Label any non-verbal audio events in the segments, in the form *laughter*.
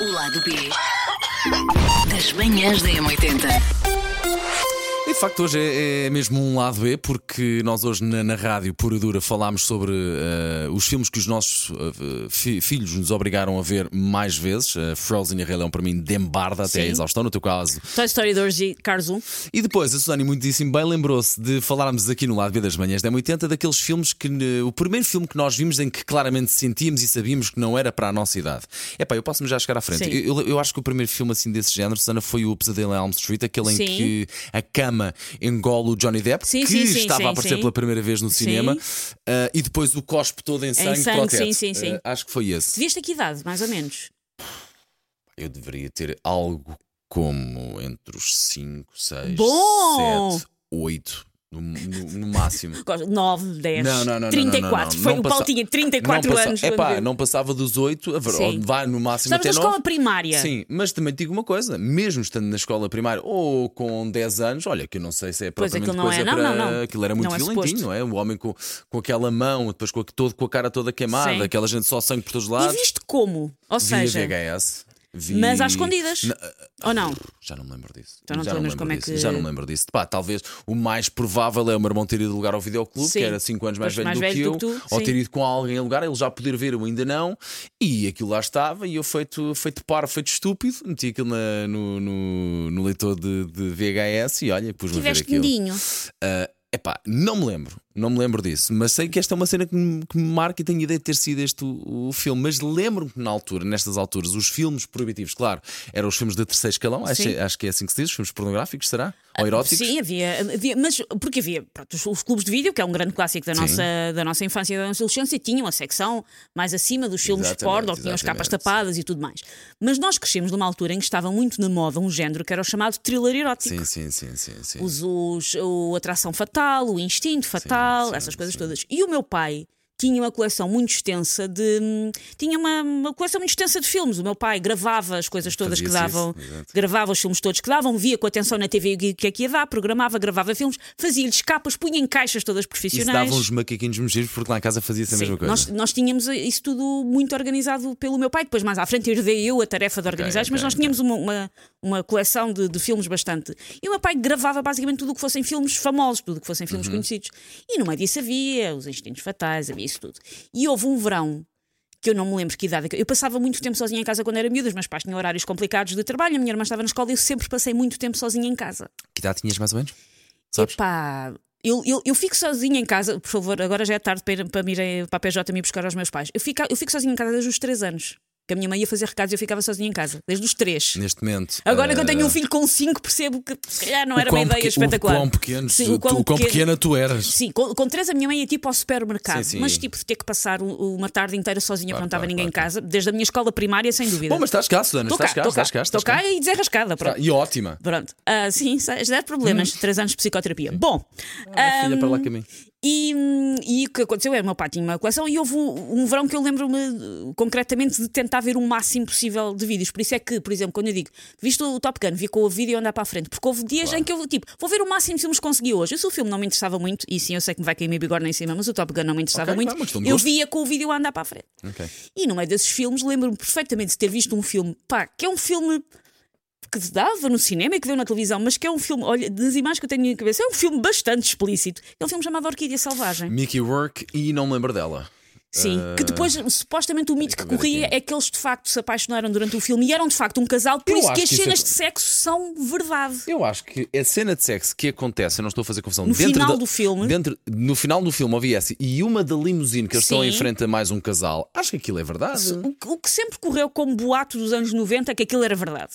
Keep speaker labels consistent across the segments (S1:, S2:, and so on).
S1: O lado B das manhãs da M80.
S2: E de facto, hoje é, é mesmo um lado B, porque nós hoje na, na rádio pura e dura falámos sobre eh, os filmes que os nossos eh, fi- filhos nos obrigaram a ver mais vezes. Eh, Frozen e Rei Leão, para mim, dembarda até a exaustão, no teu caso.
S3: Toy Story 2 e Cars 1.
S2: E depois, a Susana, muitíssimo bem, lembrou-se de falarmos aqui no lado B das manhãs da M80 daqueles filmes que. ne- o primeiro filme que nós vimos em que claramente sentíamos e sabíamos que não era para a nossa idade. É pá, eu posso-me já chegar à frente.
S3: Sim.
S2: Eu, eu- eu acho que o primeiro filme assim desse género, Susana, foi o Pesadelo em Elm Street, aquele em
S3: Sim.
S2: que a cama engole o Johnny Depp,
S3: Sim,
S2: que
S3: sim, sim,
S2: estava
S3: sim,
S2: a aparecer
S3: sim.
S2: pela primeira vez no cinema, ah, e depois o cospe todo em sangue, para o
S3: sangue,
S2: teto.
S3: sim, sim, sim.
S2: Ah, acho que foi esse.
S3: Devias ter que idade, mais ou menos.
S2: Eu deveria ter algo como entre os 5, 6,
S3: Bom!
S2: 7, 8, no, no- no
S3: *laughs*
S2: máximo.
S3: 9, 10,
S2: Não, não, não, não,
S3: 34.
S2: não, não.
S3: Foi,
S2: Não
S3: o
S2: passa-
S3: Paulo tinha 34
S2: não passa-
S3: anos. quando
S2: Epá,
S3: viu.
S2: não passava dos 8, a ver,
S3: Sim.
S2: vai no máximo
S3: Estavas na
S2: até 9.
S3: escola primária.
S2: Sim, mas também te digo uma coisa: mesmo estando na escola primária ou com 10 anos, olha, que eu não sei se é
S3: Pois,
S2: propriamente
S3: aquilo não
S2: coisa
S3: é- não,
S2: para.
S3: não, não.
S2: Aquilo era muito
S3: Não é
S2: violentinho,
S3: suposto.
S2: não é? O homem com, com aquela mão, depois com a, todo, com a cara toda queimada,
S3: Sim.
S2: aquela gente só sangue por todos os
S3: E
S2: lados.
S3: viste como? Ou
S2: Vi
S3: seja,
S2: a VHS. Vi...
S3: mas às escondidas.
S2: Na-
S3: Ou não?
S2: Já não me lembro disso.
S3: Já não te
S2: já me
S3: lembras
S2: lembro
S3: como é
S2: disso.
S3: que-
S2: Já não me lembro disso. Pá, talvez o mais provável é o meu irmão ter ido alugar ao videoclube,
S3: Sim.
S2: que era 5 anos mais
S3: Pois,
S2: velho,
S3: mais
S2: do,
S3: velho
S2: que
S3: do
S2: eu,
S3: que tu,
S2: ou
S3: sim.
S2: ter ido com alguém a alugar, ele já poder ver, eu ainda não. E aquilo lá estava, e eu feito, feito par, feito estúpido, meti aquilo na- no, no, no leitor de, de VHS e olha, pus-me a ver
S3: Tiveste
S2: aquilo.
S3: medinho.
S2: Ah, epá, não me lembro, não me lembro disso, mas sei que esta é uma cena que me, que me marca e tenho ideia de ter sido este o, o filme. Mas lembro-me que na altura, nestas alturas, os filmes proibitivos, claro, eram os filmes de terceiro escalão, acho,
S3: Sim. Ah,
S2: acho que é assim que se diz, os filmes pornográficos, será? Ou eróticos?
S3: Sim, havia, havia- Mas porque havia pronto, os, os clubes de vídeo, que é um grande clássico da
S2: Sim.
S3: nossa, da nossa infância e da nossa adolescência, tinham a secção mais acima dos filmes de
S2: Exatamente,
S3: porno, ou tinham as capas
S2: exatamente.
S3: tapadas e tudo mais. Mas nós crescemos numa altura em que estava muito na moda um género que era o chamado thriller erótico.
S2: sim, sim, sim, sim. sim.
S3: os, os- o Atração Fatal, o Instinto Fatal,
S2: sim,
S3: essas coisas
S2: sim.
S3: todas. E o meu pai tinha uma coleção muito extensa de. hum, tinha uma, uma coleção muito extensa de filmes. O meu pai gravava as coisas todas que
S2: Fazia-se
S3: davam.
S2: isso, exato.
S3: gravava os filmes todos que davam, via com atenção na TV o que que é que ia dar, programava, gravava filmes, fazia-lhes capas, punha em caixas todas
S2: Isso um
S3: profissionais.
S2: davam uns macaquinhos mexidos porque lá em casa fazia-se a
S3: Sim,
S2: mesma coisa.
S3: Nós, nós tínhamos isso tudo muito organizado pelo meu pai, depois mais à frente herdei eu a tarefa de organizar,
S2: Ok,
S3: mas
S2: ok,
S3: nós tínhamos uma, uma, uma coleção de, de filmes bastante. E o meu pai gravava basicamente tudo o que fossem filmes famosos, tudo o que fossem
S2: Uhum.
S3: filmes conhecidos. E no meio disso havia os instintos fatais, havia isso tudo. E houve um verão. Que eu não me lembro que idade. é que- Eu passava muito tempo sozinha em casa quando era miúda, os meus pais tinham horários complicados de trabalho, a minha irmã estava na escola e eu sempre passei muito tempo sozinha em casa.
S2: Que idade tinhas mais ou menos? Sabes?
S3: Epá, eu, eu, eu fico sozinha em casa, por favor, agora já é tarde para, ir- para, me ir a- para a PJ me ir buscar aos meus pais. Eu fico, eu fico sozinha em casa desde os 3 anos. Que a minha mãe ia fazer recados e eu ficava sozinha em casa, desde os 3.
S2: Neste momento.
S3: Agora que eu
S2: ah,
S3: tenho um filho com 5, percebo que se calhar não
S2: o
S3: era uma
S2: quão
S3: ideia
S2: pequ-
S3: espetacular.
S2: O quão, pequeno,
S3: Sim, o quão
S2: tu- o quão
S3: pequeno-
S2: pequena tu eras.
S3: Sim, com, com três a minha mãe ia tipo ao supermercado,
S2: Sim, sim.
S3: mas tipo de ter que passar um- uma tarde inteira sozinha
S2: Claro,
S3: porque não estava
S2: claro,
S3: ninguém
S2: claro,
S3: em casa, desde a minha escola primária, sem dúvida.
S2: Bom, mas estás cá, Susana,
S3: Estou cá,
S2: estás cá,
S3: estou cá,
S2: estás cá.
S3: estou
S2: estás
S3: cá
S2: cá.
S3: e desarrascada. Pronto.
S2: E ótima.
S3: Pronto. Ah, sim, sei- zero problemas,
S2: Hum.
S3: três anos de psicoterapia. Bom,
S2: Ah, filha,
S3: ahm,
S2: para lá caminho.
S3: E, hum, e o que aconteceu é o meu pai tinha uma coleção e houve um um verão que eu lembro-me eh, concretamente de tentar ver o máximo possível de vídeos. Por isso é que, por exemplo, quando eu digo viste o Top Gun, vi com o vídeo andar para a frente, porque houve dias em que eu tipo vou ver o máximo de filmes que consegui hoje. Eu, se o filme não me interessava muito, e sim, eu sei que me vai cair minha bigorna em cima, mas o Top Gun não me interessava
S2: Ok, claro, uma
S3: muito,
S2: questão de
S3: eu
S2: gosto.
S3: via com o vídeo a andar para a frente.
S2: Ok.
S3: E no meio desses filmes lembro-me perfeitamente de ter visto um filme, pá, que é um filme que dava no cinema e que deu na televisão, mas que é um filme, olha, das imagens que eu tenho na minha cabeça, é um filme bastante explícito. É um filme chamado Orquídea Selvagem.
S2: Mickey Rourke e não me lembro dela.
S3: Sim, que depois supostamente o mito que
S2: deixa eu ver
S3: corria
S2: aqui.
S3: é que eles de facto se apaixonaram durante o filme e eram de facto um casal, por
S2: Eu
S3: isso
S2: acho
S3: que as
S2: que isso é
S3: cenas
S2: co-
S3: de sexo são verdade.
S2: Eu acho que a cena de sexo que acontece, eu não estou a fazer confusão,
S3: No
S2: dentro
S3: final
S2: da-
S3: do filme.
S2: Dentro, no final do filme, ouvi essa, e uma da limusine que eles estão
S3: Sim.
S2: em frente a mais um casal, acho que aquilo é verdade.
S3: O que- O que sempre correu como boato dos anos 90 é que aquilo era verdade.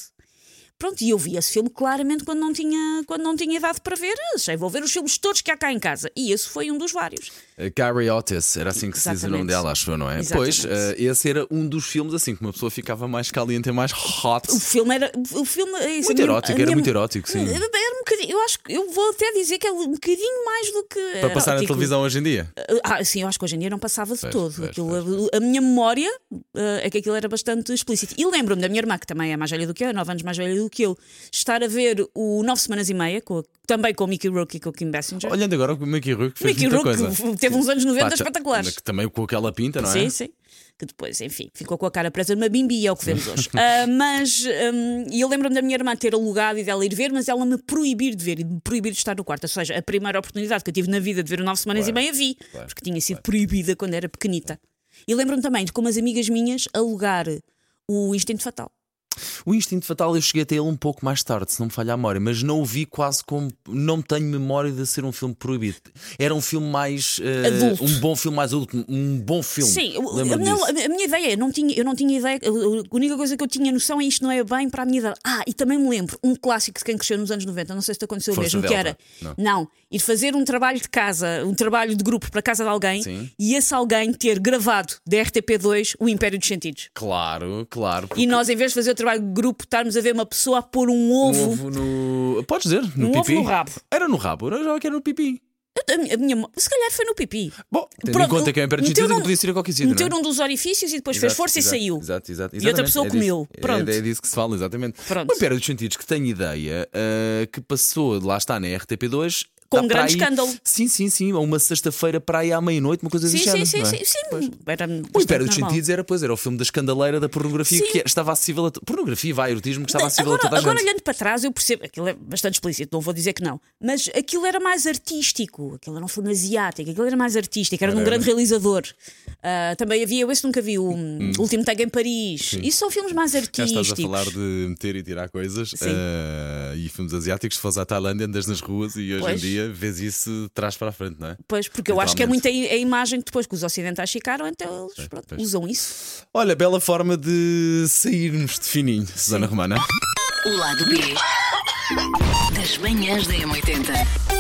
S3: Pronto, e eu vi esse filme claramente quando não tinha, quando não tinha idade para ver. Sei, vou ver os filmes todos que há cá em casa. E esse foi um dos vários.
S2: A Carrie Otis, era assim que se diz o nome
S3: Exatamente.
S2: dela, acho eu, não é?
S3: Exatamente.
S2: Pois, eh, esse era um dos filmes assim que uma pessoa ficava mais caliente e mais hot.
S3: O filme era. O filme, é
S2: Muito erótico, era muito erótico, sim.
S3: Era um bocadinho, eu acho que- eu vou até dizer que é um bocadinho mais do que.
S2: Para passar na
S3: erótico. Eh,
S2: televisão hoje em dia.
S3: Ah, sim, eu acho que hoje em dia não passava de
S2: Pois,
S3: todo.
S2: pois,
S3: Aquilo-
S2: pois,
S3: A minha memória, eh, é que aquilo era bastante explícito. E lembro-me da minha irmã, que também é mais velha do que eu, é 9 anos mais velha do que eu, estar a ver o 9 semanas e meia, com a- também com o Mickey Rourke e com o Kim Basinger.
S2: Olhando agora o Mickey Rourke fez
S3: Mickey
S2: muita
S3: Rourke
S2: coisa.
S3: teve uns anos 90
S2: Pá, tá-
S3: espetaculares.
S2: que Também com aquela pinta, não é?
S3: Sim, sim. Que depois, enfim, ficou com a cara presa numa bimbi e é o que vemos
S2: *laughs*
S3: hoje. Ah, mas, hum, e eu lembro-me da minha irmã ter alugado e dela ir ver, mas ela me proibir de ver e de me proibir de estar no quarto. Ou seja, a primeira oportunidade que eu tive na vida de ver o Nove Semanas
S2: Claro,
S3: e Meia vi,
S2: claro,
S3: porque tinha sido proibida quando era pequenita. E lembro-me também de como as amigas minhas alugar o Instinto Fatal.
S2: O Instinto Fatal eu cheguei até ele um pouco mais tarde, se não me falha a memória, mas não o vi quase como. Não tenho memória de ser um filme proibido. Era um filme mais. eh,
S3: Adulto.
S2: Um bom filme mais adulto. Um bom filme.
S3: Sim, eu- eu-
S2: Lembro-me
S3: não,
S2: disso.
S3: a mi- a minha ideia, não tinha, eu não tinha ideia, eu- a única coisa que eu tinha noção é isto não é bem para a minha idade. Ah, e também me lembro, um clássico de quem cresceu nos anos 90, não sei se te aconteceu
S2: Força
S3: mesmo, que
S2: Delta.
S3: era
S2: Não.
S3: não. ir fazer um trabalho de casa, um trabalho de grupo para a casa de alguém
S2: Sim.
S3: e esse alguém ter gravado da RTP2 o Império dos Sentidos.
S2: Claro, claro.
S3: E nós, em vez de fazer o trabalho de grupo, estarmos a ver uma pessoa a pôr um
S2: Um
S3: ovo.
S2: ovo no. Podes dizer? No
S3: Um ovo
S2: pipi?
S3: no rabo.
S2: Era no rabo, eu já que era no pipi.
S3: A minha- a minha mo- se calhar foi no pipi.
S2: Bom, tendo em
S3: Pronto, então
S2: conta que é um império de
S3: meteu
S2: sentido, não
S3: num-
S2: podia ser a qualquer sítio.
S3: Meteu
S2: não é?
S3: num dos orifícios e depois fez
S2: Exato,
S3: força
S2: exato,
S3: e saiu.
S2: Exato, exato,
S3: outra
S2: exatamente,
S3: pessoa
S2: é
S3: comeu.
S2: disso- é-
S3: Pronto.
S2: É, disso que se fala, exatamente.
S3: Pronto.
S2: Uma pera dos sentidos que tenho ideia ah, que passou, lá está, na RTP2.
S3: Com
S2: dá
S3: um
S2: tá para
S3: grande
S2: aí-
S3: escândalo.
S2: Sim, sim, sim. Uma sexta-feira para aí à meia-noite, uma coisa
S3: Sim,
S2: desse
S3: sim,
S2: género,
S3: sim,
S2: não é?
S3: sim, sim. Era
S2: O
S3: bastante
S2: Império dos
S3: normal.
S2: Sentidos era, pois, era o filme da escandaleira da pornografia
S3: Sim.
S2: que é- estava acessível a. to- Pornografia, vai, erotismo que estava acessível
S3: agora,
S2: a toda a
S3: agora
S2: gente.
S3: olhando para trás, eu percebo, aquilo é bastante explícito, não vou dizer que não, mas aquilo era mais artístico, aquilo era um filme asiático, aquilo era mais artístico, era de um
S2: Era,
S3: grande realizador. Ah, também havia, eu esse nunca vi, o hum, Último Tag em Paris. Isso são filmes mais
S2: Já
S3: artísticos.
S2: estás a falar de meter e tirar coisas
S3: Sim.
S2: ah, e filmes asiáticos. Se fores à Tailândia, andas nas ruas e hoje
S3: Pois.
S2: em dia vês isso de trás para a frente, não é?
S3: Pois, porque eu acho que é muito
S2: Literalmente.
S3: a, a imagem que depois que os ocidentais ficaram, então eles pronto,
S2: pois.
S3: usam isso.
S2: Olha, bela forma de sairmos de fininho, Susana Romana.
S1: O lado B das manhãs da M80.